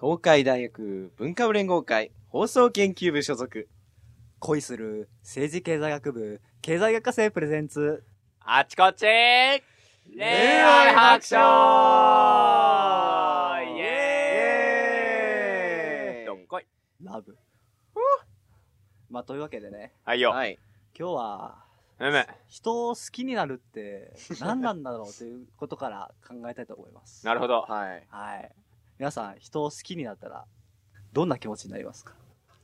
東海大学文化部連合会放送研究部所属、恋する政治経済学部経済学科生プレゼンツあちこち恋愛愛白白書書イエイエーイーイどっこい。ラブまあというわけでねはいよ。はい。今日はうむ。人を好きになるって何なんだろうということから考えたいと思いますなるほど。はい。はい皆さん人を好きになったらどんな気持ちになりますか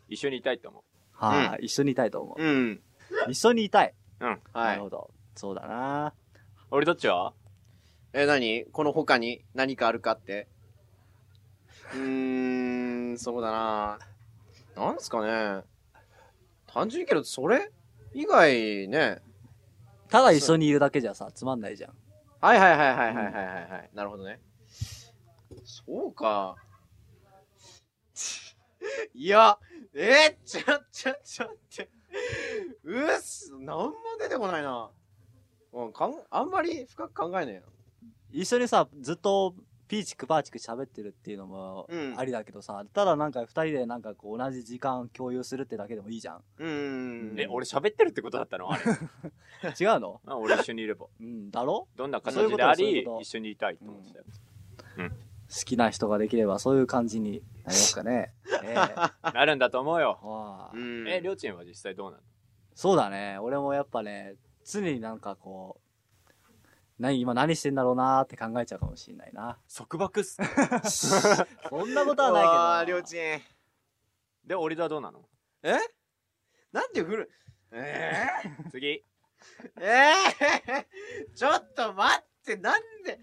一緒にいたいと思はい、一緒にいたいと思う、うん。一緒にいたい、はないる。ほどそうだなう。俺どっちはえ、何この他に何かあるかってうーん、そうだななんすかね。単純にけど、それ以外ね。ただ一緒にいるだけじゃさつまんないじゃんはいはいはいはいはいはいはい、はいなるほどね。そうか。 いや、えちょ、ちょ、ちょって。うっす、なんも出てこないな。うん、かん、あんまり深く考えね一緒にさずっとピーチクパーチク喋ってるっていうのもうんありだけどさ、ただなんか二人でなんかこう同じ時間共有するってだけでもいいじゃ んえよ。うんえ、俺喋ってるってことだった のあれ。違うのあ俺一緒にいれば。うんだろどんな形であそういりうことそういうこと一緒にいたいと思ってたよ。好きな人ができればそういう感じになります かねええわなるんだと思うよ。あうん。え、りょうちんは実際どうなのそうだね俺もやっぱね常になんかこう何今何してんだろうなーって考えちゃうかもしれな いな束縛っす。そんなことはうわなーいりけどょうちん。えで、俺はどうな のなんで古るえ次。ー、えー、ちょっと待って、なんで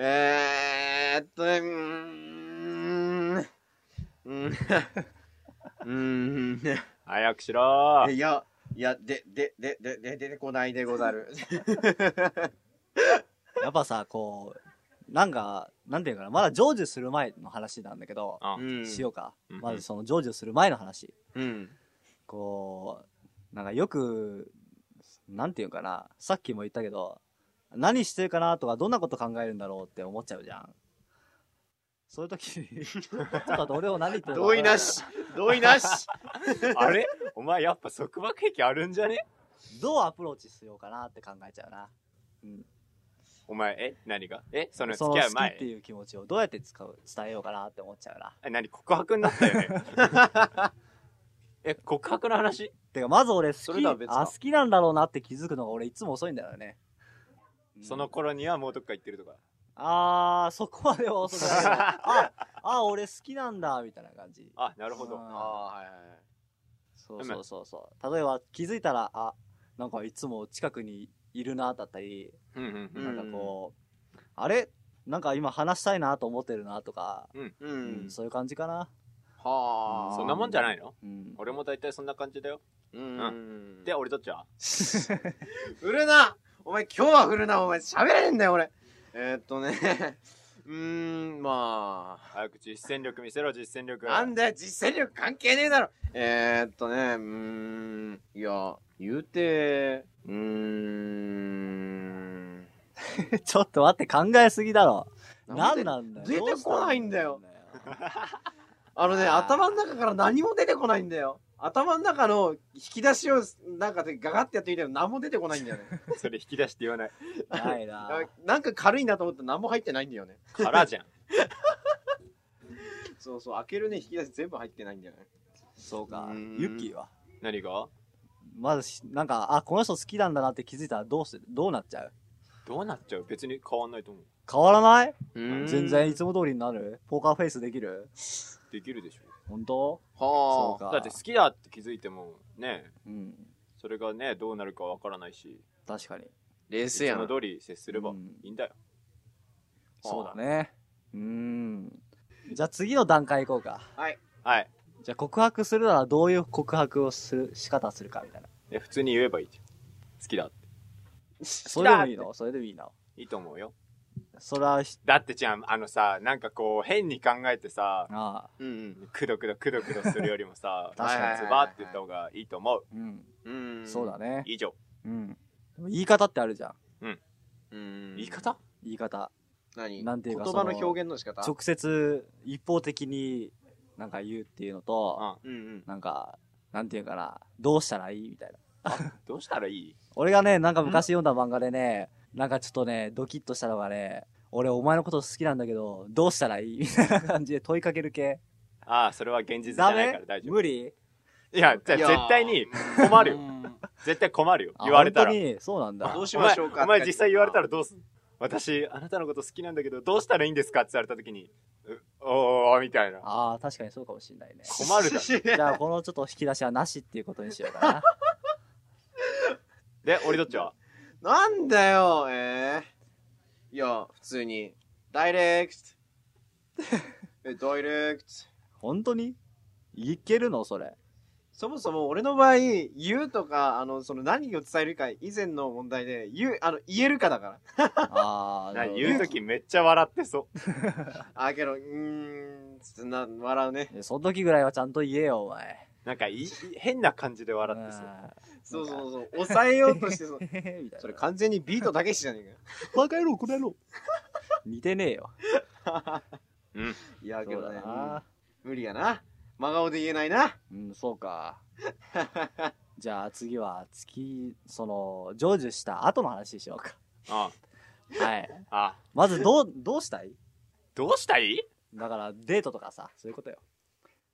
えーっと、うーん。うーん。う早くしろーん。いや、いや、で、で、で、で、で、出てこないでござる。やっぱさこうなんかなんていうかなまだ成就する前の話なんだけどあ、んしようか、うんまずその成就する前の話うん。こうなんかよくなんていうんかなさっきも言ったけど何してるかなとかどんなこと考えるんだろうって思っちゃうじゃんそういう時 にちょっと俺を何言ってるか同意なし。同意なし。あれお前やっぱ束縛癖あるんじゃねどうアプローチしようかなって考えちゃうなお前、え、何がえ、そのそ付の好き合うきっ前て。いう気持ちをどうやって使う伝えようかなって思っちゃうなえ、何告白になったよね。え、告白の話てかまず俺そ好れきとは別だあ好きなんだろうなって気づくのが俺いつも遅いんだよね、うんその頃にはもうどっか行ってるとか。あー、そ こまでは遅くないけど。あ、 あ、俺好きなんだ、みたいな感じ。あ、なるほど。うんああー、はいはいはい。そうそうそうそう。例えば気づいたら、あ、なんかいつも近くにいるな、だったり、うんうんうん。なんかこう、あれなんか今話したいなと思ってるな、とか、ううんん。そういう感じかな。はあ。そんなもんじゃい。ないのうん。 俺も大体そんな感じだよ。うん。で、俺どっちは振るなお前今日は振るなお前喋れねえんだよ俺えー、っとねうーんまあ早く実践力見せろ、実践力。なんだよ実践力関係ねえだろえー、っとねうーんいや言うてうーんちょっと待って、考えすぎだろ。なんだなんだよ。出てどうしたこないんだよ。どうしたんだよあのねあー頭の中から何も出てこないんだよ頭の中の引き出しをなんかでガガってやってみても何も出てこないんだよね それ引き出して言わない。な いな。なんか軽いなと思って何も入ってないんだよねからじゃん。そうそう開けるね引き出し全部入ってないんだよねそうかう。んユッキーは。何がまずし、なんか、あ、この人好きなんだなって気づいたらどうするどうなっちゃうどうなっちゃう別に変わんないと思う。変わらない全全然いつも通りになるポーカーフェイスできるできるでしょ。本当はそうかだって好きだって気づいても、ね、うんそれがね、どうなるかわからないし、確かに冷いつも通り接すればうんいいんだよ。そうだねうんじゃあ次の段階行こうかはい。じゃあ告白するならどういう告白をする仕方するかみたいなえ普通に言えばいいじゃん。好きだって。それでもいいのそれでもいいのいいと思うよ。それはひだってじゃん、あのさ、なんかこう、変に考えてさ、ああ、うんくどくどくどくどするよりもさ確かにズバって言った方がいいと思う。うん、うんそうだね以上。うんでも言い方ってあるじゃんうん言い方言い方何なんていうか言葉のその表現の仕方直接一方的になんか言うっていうのと、あうんうん。なんか、なんていうかな、どうしたらいいみたいな。どうしたらいい俺がね、なんか昔読んだ漫画でね、なんかちょっとね、ドキッとしたのがね、俺お前のこと好きなんだけど、どうしたらい いみたいな感じで問いかける系。ああ、それは現実じダゃないかメら大丈夫。無理いや、じゃあいやー絶対に困るよ。絶対困るよ。言われたらあ。本当に、そうなんだど。うしましょうかお前お前実際言われたらどうす私、あなたのこと好きなんだけど、どうしたらいいんですかって言われた時に、うおー、みたいな。ああ、確かにそうかもしれないね。困 るだろじろ。ゃあ、このちょっと引き出しはなしっていうことにしようかな。で、俺どっちはなんだよ、えー、いや、普通に。ダイレク ト。え、ダイレクト。本当にいけるのそれ。そもそも俺の場合、言うとか、あの、その何を伝えるか以前の問題で、言う、あの、言えるかだかああ、ななるほど言う時めっちゃ笑ってそら。あ、けど、うーん、つな、笑うね。えその時ぐらいはちゃんと言えよ、お前。う。なんかいい変な感じで笑ってそう。そうそうそう。抑えようとして、そのうんへ へへみたいなそれ完全にビートたけしじゃねえバカ野郎、この野郎。似てねえよ。うん。か。いや、けそどうだね、な。うん無理やな。真顔で言えないな。うん、そうか。 じゃあ次は月、その、成就した後の話しようか。あはい。あああまず、どう、どうしたいどうしたいだから、デートとかさ、そういうことよ。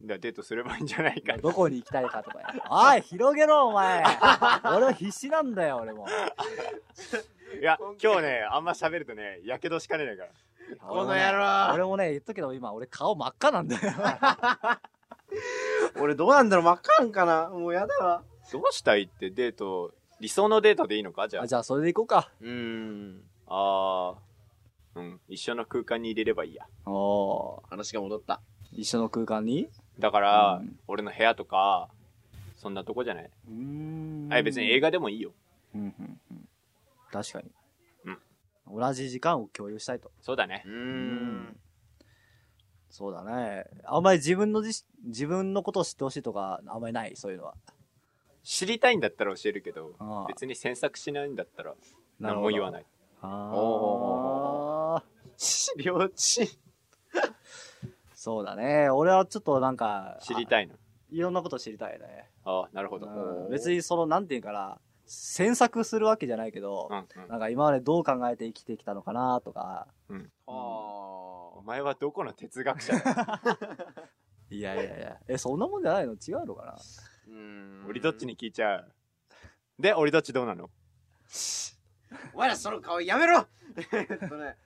じゃあデートすればいいんじゃないか。どこに行きたいかとかや。おい、広げろ、お前。俺は必死なんだよ、俺も。いや、今日ね、あんま喋るとね、やけどしかねないから。この野俺もね郎。俺もね、言っとくけど、今、俺顔真っ赤なんだよ。俺どうなんだろう、真っ赤なんかな。もうやだわ。どうしたいってデート、理想のデートでいいのかじゃああ。じゃあ、それで行こうか。うーん。ああ、うん。一緒の空間に入れればいいや。おー話が戻った。一緒の空間にだから、うん俺の部屋とか、そんなとこじゃない。うーんあいや別に映画でもいいよ。うんうんうん確かに、うん同じ時間を共有したいとそうだねう。ーんん。そうだねあんまり自分のじし自分のことを知ってほしいとかあんまりないそういうのは知りたいんだったら教えるけどああ、別に詮索しないんだったら、なる何ほども言わない。ああ両親。そうだね俺はちょっとなんか知りいたいの。いろんなこと知りたいね、ああ、なるほど。うんうん別にそのなんていうかな詮索するわけじゃないけど、うん。なんか今までどう考えて生きてきたのかなとかはお前はどこの哲学者だいやいやいやえそんなもんじゃないの違うのかなあ。うーん俺どっちに聞いちゃう。で、俺どっちどうなのお前らその顔やめろえっとね。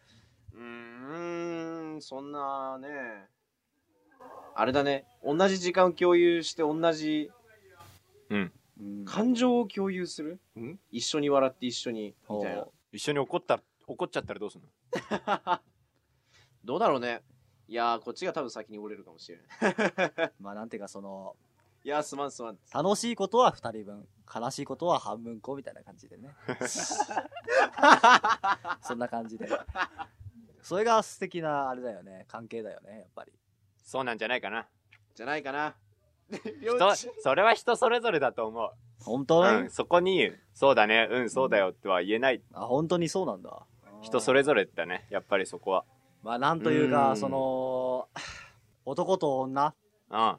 うーん、そんなね。あれだね。同じ時間を共有して同じうん感情を共有する、うん一緒に笑って一緒に。みたいなほ。一緒に怒った、怒っちゃったらどうするのどうだろうね。いやー、こっちが多分先に折れるかもしれない。まあなんていうかそのいやー、すまんすまん。楽しいことは2人分悲しいことは半分こみたいな感じでねそんな感じでそれが素敵なあれだよね関係だよねやっぱりそうなんじゃないかな。じゃないか な。両人親それは人それぞれだと思う。本当に、うん、そこに、そうだね、うん、そうだよとは言えない。あ本当にそうなんだ人それぞれだね、やっぱりそこは。まあなんといううかんその男と女うん。ま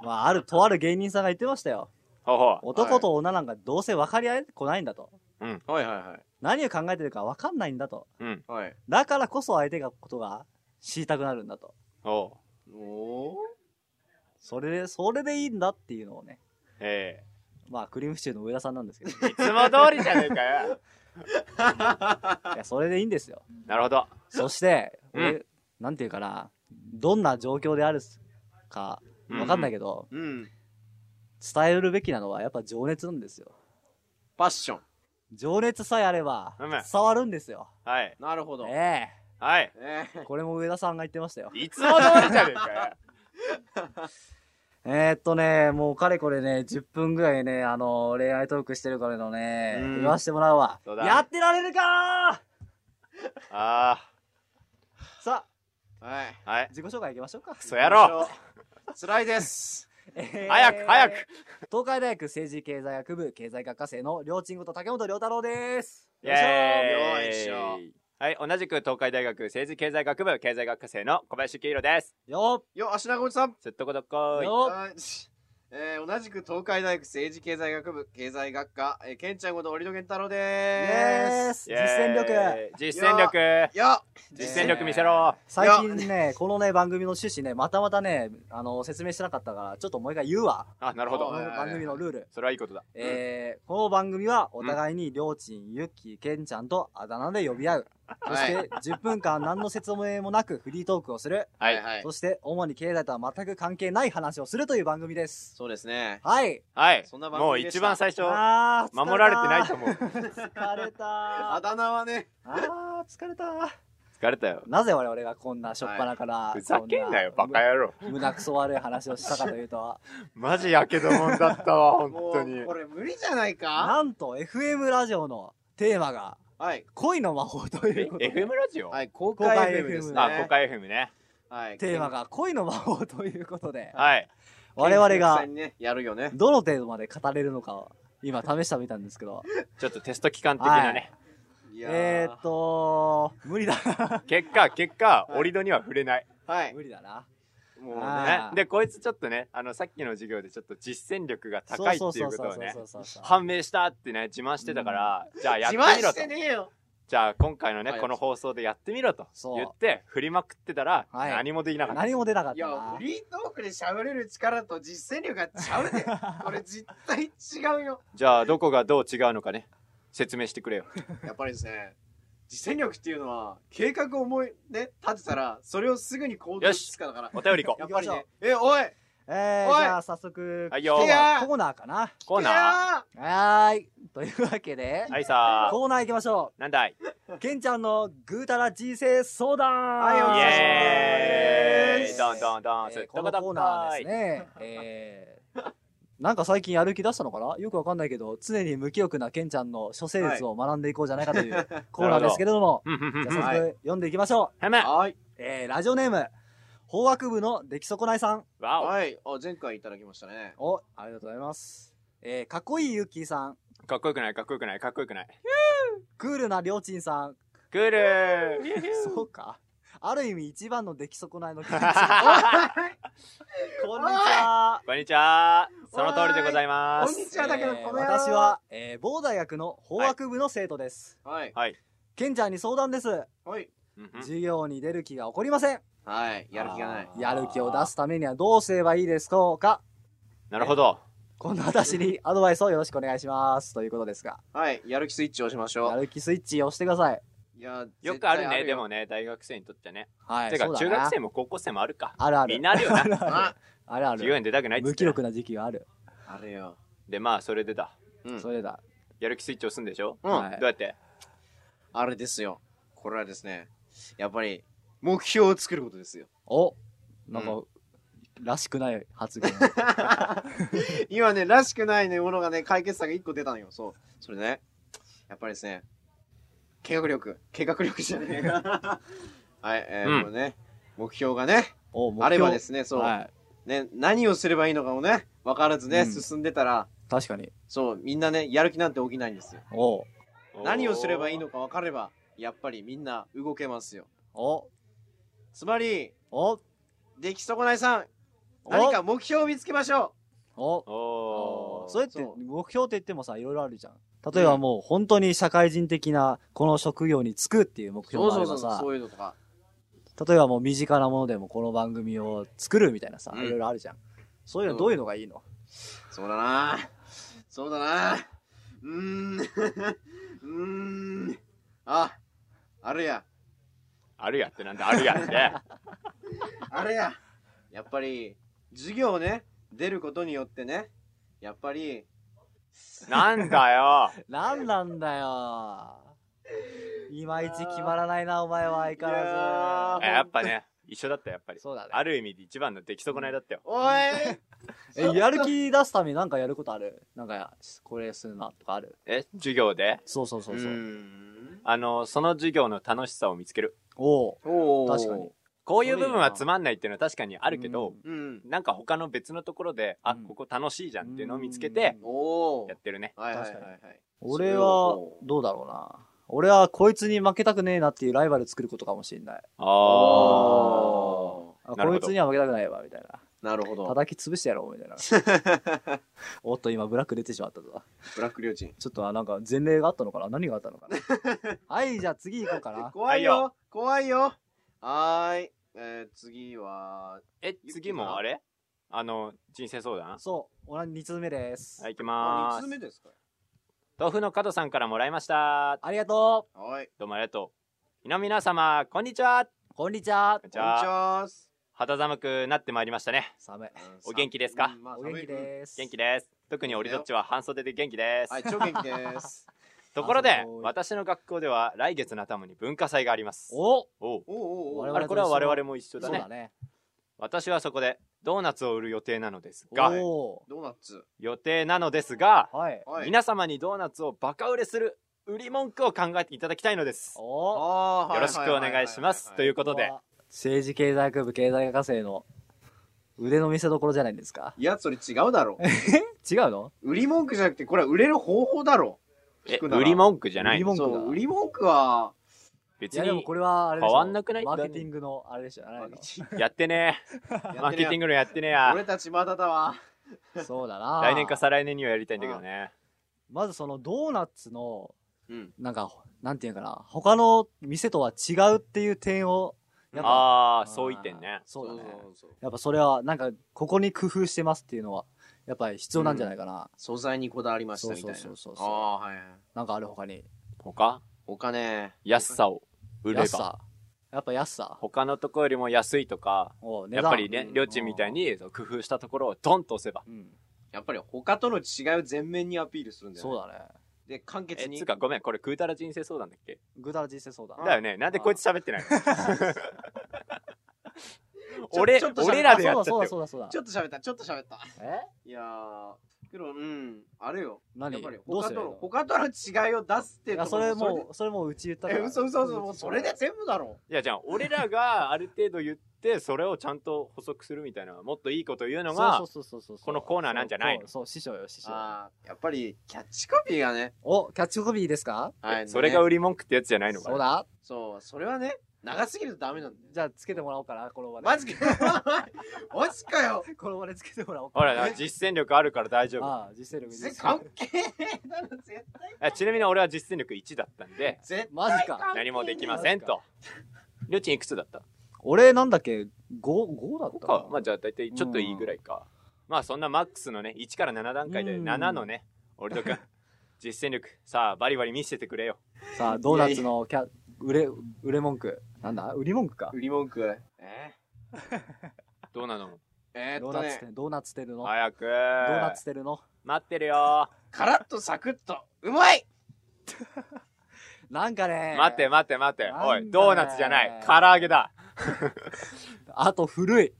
ああるとある芸人さんが言ってましたよほうほう。男と女なんかどうせ分かり合えてこないんだとはいはいは何を考えてるか分かんないんだとうん。い。はい。だからこそ相手がことが知りたくなるんだとおう。おーそれでそれでいいんだっていうのをねえまあ、クリームシチューの上田さんなんですけど、えいつも通りじゃねえか よ。いや、それでいいんですよ。なるほど。そして、うん俺なんていうかな、どんな状況であるか、わかんないけけど、うん。伝えるべきなのは、やっぱ情熱なんですよ。パッション。情熱さえあればうむ、伝わるんですよ。ど。はい。なるほど。えはい。ええこれも上田さんが言ってましたよ。いつも通りじゃねえかよ。えー、っとね、もうかれこれね、10分ぐらいね、あの、恋愛トークしてるからのね、うん言わしてもらうわ。そうだやってられるかあーさあ、はい。あ、はい。自己紹介いきましょうか。そうやろう。辛いです。えー早く早く東海大学政治経済学部経済学科生の両親こと竹本良太郎です。イェーイよいしょはい、同じく東海大学政治経済学部経済学科生の小林幸宏です。よよ、足長おじさん。すっとこどっこっい。よっはいえー同じく東海大学政治経済学部経済学科、えー、ケンちゃんこと折戸健太郎でイーエーす。ス実践力実践力よ実践力見せろ最近ね、このね、番組の趣旨ね、またまたね、あの、説明してなかったから、ちょっともう一回言うわ。あ、なるほこどは。いの番組のルール。それはいいことだ。えー、この番組はお互いにりょうちん、ゆっきー、けんちゃんとあだ名で呼び合う。そはしいて、10分間何の説明もなくフリートークをする。はい。はい。そして、主に経済とは全く関係ない話をするという番組です。そうですね。はい。はい。そんな番もう組で一した番最初、あー疲れた守られてないと思う。疲れあただ名はね、あー疲れた疲れたよ。なぜ我々がこんなしょっぱなから、ふざけんなよ、こバカ野郎。胸くそ悪い話をしたかという と、マジやけどもんだったわ、本も当うに。これ無理じゃないかなんと FM ラジオのテーマがはい。恋の魔法ということ えで、 FM ラジオはい、公公開開 FM ですね。あ、公開 FM ね。はい。テーマが恋の魔法ということで、はい。我々実が際にね、やるよね。どの程度まで語れるのかを今試したみたいなんですけど、ちょっとテスト期間的なね。いやえーっと、無理 だな。結果、結果、はい折戸には触れない。はい。無理だな。もうあね。ねー。で、こいつちょっとね、あの、さっきの授業でちょっと実践力が高いっていうことをね、そうそう判明したってね、自慢してたから、じゃあやって自みろ慢と。してねえよ。じゃあ今回のね、はいこの放送でやってみろとそう言って振りまくってたら、はい何もできなかった。何も出なかっいたやな、フ。リートークで喋れる力と実践力がちゃうで。 これ実対違うよ。じゃあどこがどう違うのかね、説明してくれよ。やっぱりですね、実践力っていうのは、計画を思い、ね、立てたら、それをすぐに行動よしつかだから。お便り行こやう。っぱりね、え、おい えおー、いじゃあ早速、はい今よ日はコーナーかな。コーいナやはーい。というわけでー、はいさあ、コーナー行きましょ。なんだいうけんちゃんのぐうたら人生相談はいおイ願いエしーイまどすんどんどん、すえーっとここのどっコーナーこですい。ね、えーなんか最近やる気出したのかなよくわかんないけど、常に無気力なケンちゃんの処世術を学んでいこうじゃないかと いうコーナーですけれども、うんうんうんうんじゃはあ早い速読んでいきましょう。はめーはい。えーラジオネーム、法学部の出来損ないさん。わはい。あ、前回いただきましたね。お、ありがとうございます。えーかっこいいユッキーさん、おかっこよくないかっこよくないかっこよくない。クールなりょうちんさん、クー ルそうか。ある意味一番の出来損ないのケンち ゃん。こんにちは。こんにちはその通りでございまおいこんす。にちはだけどえーこの野郎私は、えー某大学の法学部の生徒です。はい。ケンちゃんに相談です。はい。うんうん授業に出る気が起こりません。はい。やる気がない。やる気を出すためにはどうすればいいですかなるほど。こんな私 にアドバイスをよろしくお願いします。ということですが、はい。やる気スイッチを押しましやょう。る気スイッチ押してください。いや、よくある絶ね、対でもね、大学生にとってね。はい。てか、そうだ中な学生も高校生もあるか。あるある。みんなあるよな。よ。あ、あるあ授業る。に出たくないっつ無って気ね。力な時期がある。あれよ。で、まあ、それでだ。うんそ。れだ。やる気スイッチ押すんでしょうんはいどうやってあれですよ。これはですね、やっぱり、目標を作ることですよ。おなんか、らしくない発 言。今ね、らしくないね、ものがね、解決策が1個出たのよ。そう。それね、やっぱりですね、計画力、計画力じゃねえか。はい、えーうんこれね、目標がね、お目標あればですね、そう、はい。ね、何をすればいいのかもね、分からずね、うん進んでたら、確かに。そう、みんなね、やる気なんて起きないんですよ。お何をすればいいののか分かれば、やっぱりみんな動けますよ。おつまり、お出来損ないさん、お何か目標を見つけましょおおーそれってそう目標って言ってもさいろいろあるじゃん例えばもう本当に社会人的なこの職業に就くっていう目う。標があそれうそばうそう、さそういうのとか。例えばもう身近なものでもこの番組を作るみたいなさうんいろいろあるじゃんそういうのうんどういうのがいいのそうだなそうだなうーん。う ーん。あ、あれや。あるやってなんだ、あるやって。あれや。やっぱり、授業をね、出ることによってね、やっぱり、なんだよ。なんなんだよいまいち決まらないなお前は相変わいえらややっぱね、一緒だった、やっぱりず。そうだあねる意味で一番の出来損ないだったよ。おいえやる気出すためになんかやることあるなんかこれするなとかあるえ、授業でそうそうそうそうー。うんあの、その授業の楽しさを見つける。おうおー確かに。こういう部分はつまんないっていうのは確かにあるけど、うん。なんか他の別のところで、あ、うんここ楽しいじゃんっていうのを見つけうてん、おーやっ。てるね。はいはいはい確はい。俺はどうだろうな俺はこいつに負けたくねえなっていうライバル作ることかもしれない。ああなるこほどいつには負けたくないわ、みたいな。なるほど。叩き潰してやろう、みたいな。おっと、今ブラック出てしまったぞ。ブラックリョウチン。ちょっとあなんか前例があったのかな何があったのかなはい、じゃあ次行こうかな。怖いよ怖いよはーい。えー、次は、え次もあれあの人生相談そう、同じ2通目です。はい行きあ二まーつす目ですか豆腐の加藤さんからもらいましたありがとはーい。どうもありがとう皆皆様こんにちはうこんにちはこんにこんにちは肌寒くなってまいりましたね寒い。うんお元気ですかうんまあお元寒い気です。元気です特に俺どっちは半袖で元気です、はい、超元気 です。ところであそう私の学校では来月の頭に文化祭がありますおおおううおうおう我あ々れこれは我々も一緒だそうねだね。私はそこでドーナツを売る予定なのですがおドーナツ。予定なのですがーはい。はい。皆様にドーナツをバカ売れする売り文句を考えていただきたいのですおあーよろしくお願いしますということで。政治経済学部経済学科生の腕の見せ所じゃないんですかいや、それ違うだろ。違うの売り文句じゃなくて、これは売れる方法だろ。え聞くなら売り文句じゃな売りい文句だそう、売り文句は、い別やでもにこれはあれでしょ変わんなくないマーケティングのあれでしょやあれ でしやってねえマーケティング。グのやってねえや俺たちまだだわ。ょそうだな来年か再来年にはやりたいんだけどねまずそのドーナツのうん。なんかなんていうかな他の店とは違うっていう点をやっぱああーそういってんねそうだねそうそうやっぱそれはなんかここに工夫してますっていうのはやっぱり必要なんじゃないかな、素材にこだわりましたみたいな。そうそうそうそうそうああー、はいはい。なんかある他に他お金。安さを売れ安ばさやっぱ安さ他のとこよりも安いとかお値やっ段ぱりねうんりょうちんみたいにそう工夫したところをドンと押せばうん、やっぱり他との違いを全面にアピールするんだよ、ね。そうだねで、簡え潔に。つうかごめんこれ食うたら人生相談だっけぐだら人生相談だよねなんでこいつ喋ってない のょ俺ちょっと喋った俺らあでやっちゃそうっただよそうだそうだちそうょっと喋っだた、ちょっと喋った。えいやー、けど、うん、あれよ。何やっぱりどう他すとればいいの、の他との違いを出すっていいうとやこそろれもうそれもううち言ったそれかで、らえ、嘘嘘嘘、もうそれで全部だろ。いやじゃあ俺らがある程度言ってそれをちゃんと補足するみたいなもっといいこと言うのがそうそうそうそうそうこのコーナーなんじゃないのそうそう師匠よ師匠ああ、やっぱり、キャッチコピーがね。おキャッチコピーですかはい、ねそれが売り文句ってやつじゃないのかそうなだそう、それはね、長すぎるとダメなんだよ。じゃあつけてもらおうかなこの場でマジかよ マジかよこの場でつけてもらおうかほなら実践力あるから大丈夫ああ実践力ぜ関係ねえだろ、絶対。あちなみに俺は実践力1だったんで絶対マジか関係ねえ何もできませんとりょうちんいくつだった俺なんだっけ五五だっ僕たかまあゃじゃあ大体ちょっといいぐらいか、まあそんなマックスのね1から7段階でうん7のね、俺と か実践力さあバリバリ見せてくれよさあドーナツのキャ売れ売れ文句なんだ売り文句か売り文句。えどうなのー、えー、ドっーとナツねて、ドーナツてるのド早くーナツてるの待ってるよカラッとサクッと、うま いなんかね待って待って待ってなんだよおいドーナツじゃない唐揚げだあと古い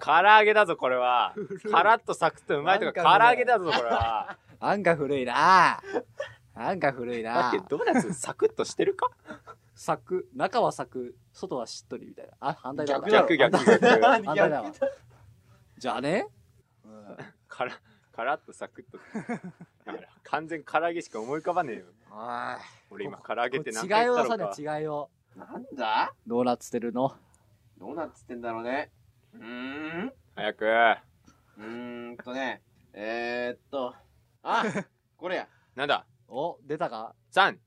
唐揚げだぞこれはカラッとサクッとうまいとなかんか唐ね揚げだぞこれはなんか古いななんか古いだっなてドーナツサクッとしてるかサク中はサク外はしっとりみたいなあ反対だ逆だろ逆逆逆反対だわじゃあね、うんから カラッとサクッとだから完全唐揚げしか思い浮かばねえよ俺今唐揚げって何違回い言をったさのねか違いをなんだドーナツてるのどうなっつってんだろうね。うーん。う早くーんとね。えー、っと。あこれや。なんだお出たか321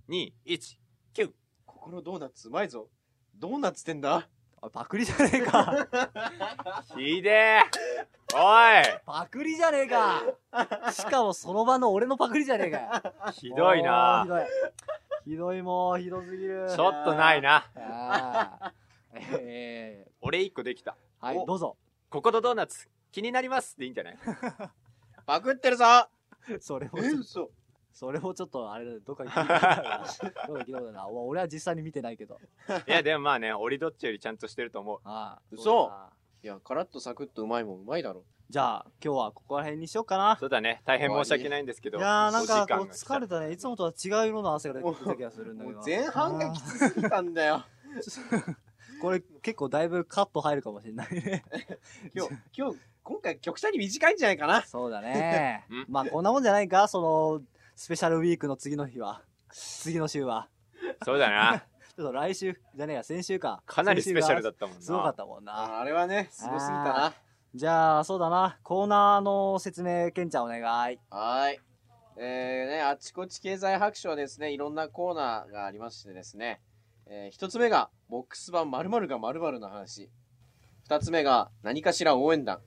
九。ここのドーナツうまいぞ。どうなっつってんだあパクリじゃねえかひでえおいパクリじゃねえかしかもその場の俺のパクリじゃねえかよひどいなおーひどいひどいもうひどすぎるちょっとないなあーえ俺一個できたーはいおどうぞここのドーナツ気になりますでいいんじゃないパクってるぞそれもえ、嘘。それもちょっとあれだねどっかに聞いたことあるなどっか聞いたことあるな お俺は実際に見てないけどいやでもまあね俺どっちよりちゃんとしてると思うああ嘘そうだないや、カラッとサクッとうまいもんうまいだろ。じゃあ今日はここら辺にしようかなそうだね大変申し訳ないんですけいどやーなんおか時間こがう来疲れたねいつもとは違う色の汗が出てきた気がするんだもけうど前半がきつすぎたんだよ。 これ結構だいぶカット入るかもしれない ね今日、今日、今回極端に短いんじゃないかな。そうだねうんまあこんなもんじゃないかそのスペシャルウィークの次の日は次の週はそうだ な。ちょっと来週じゃねえや先週かかなりスペシャルだっったもんな。すごかったもんなああれはね、すごすぎたな。じゃあそうだなコーナーの説明ケンちゃんお願いはーい。えーね、あちこち経済白書はですね、いろんなコーナーがありましてですね、えー一つ目が、ボックス版〇〇が〇〇の話。二つ目が、何かしら応援団。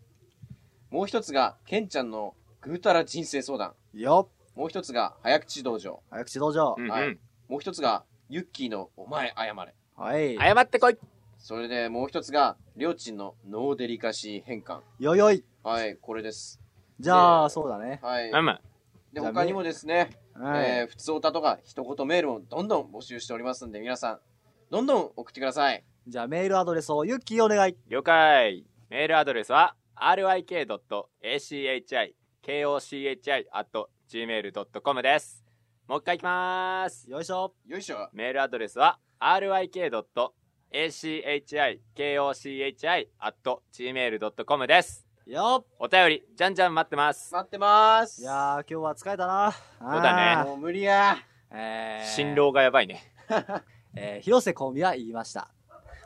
もう一つが、ケンちゃんのぐうたら人生相談。よっもう一つが、早口道場。早口道場、うんうんはいもう一つが、ユッキーのお前謝れ。はい謝ってこい。それで、もう一つが、りょうちんのノーデリカシー変換。よよいはい、これです。じゃえあ、ーそうだねはい。まあまあ。で、じゃあ他にもですね、はい、えー、普通歌とか一言メールもどんどん募集しておりますんで皆さんどんどん送ってくださいじゃあメールアドレスをユッキーお願い了解。メールアドレスは、ryk.achi.kochi.gmail.com です。もう一回いきます。よいしょよいしょメールアドレスは ryk.achikochi.gmail.com です。よお便り、じゃんじゃん待ってます。待ってまーすっいやー今日は疲れたなそうだもう無理やえー、新郎がやばいね。えー広瀬香美は言いました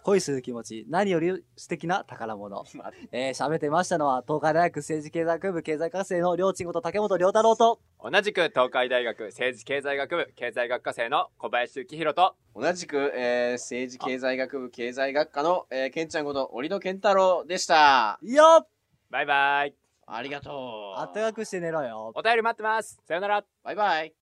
恋する気持ち何より素敵な宝物まえー、喋ってましたのは東海大学政治経済学部経済学生の両親こと竹本良太郎と同じく東海大学政治経済学部経済学科生の小林幸宏と、同じく、えー、政治経済学部経済学科の、えー、ケンちゃんこと折戸健太郎でしたよっバイバイ。ありがとうあったかくして寝ろよお便り待ってます。さよなら。バイバイ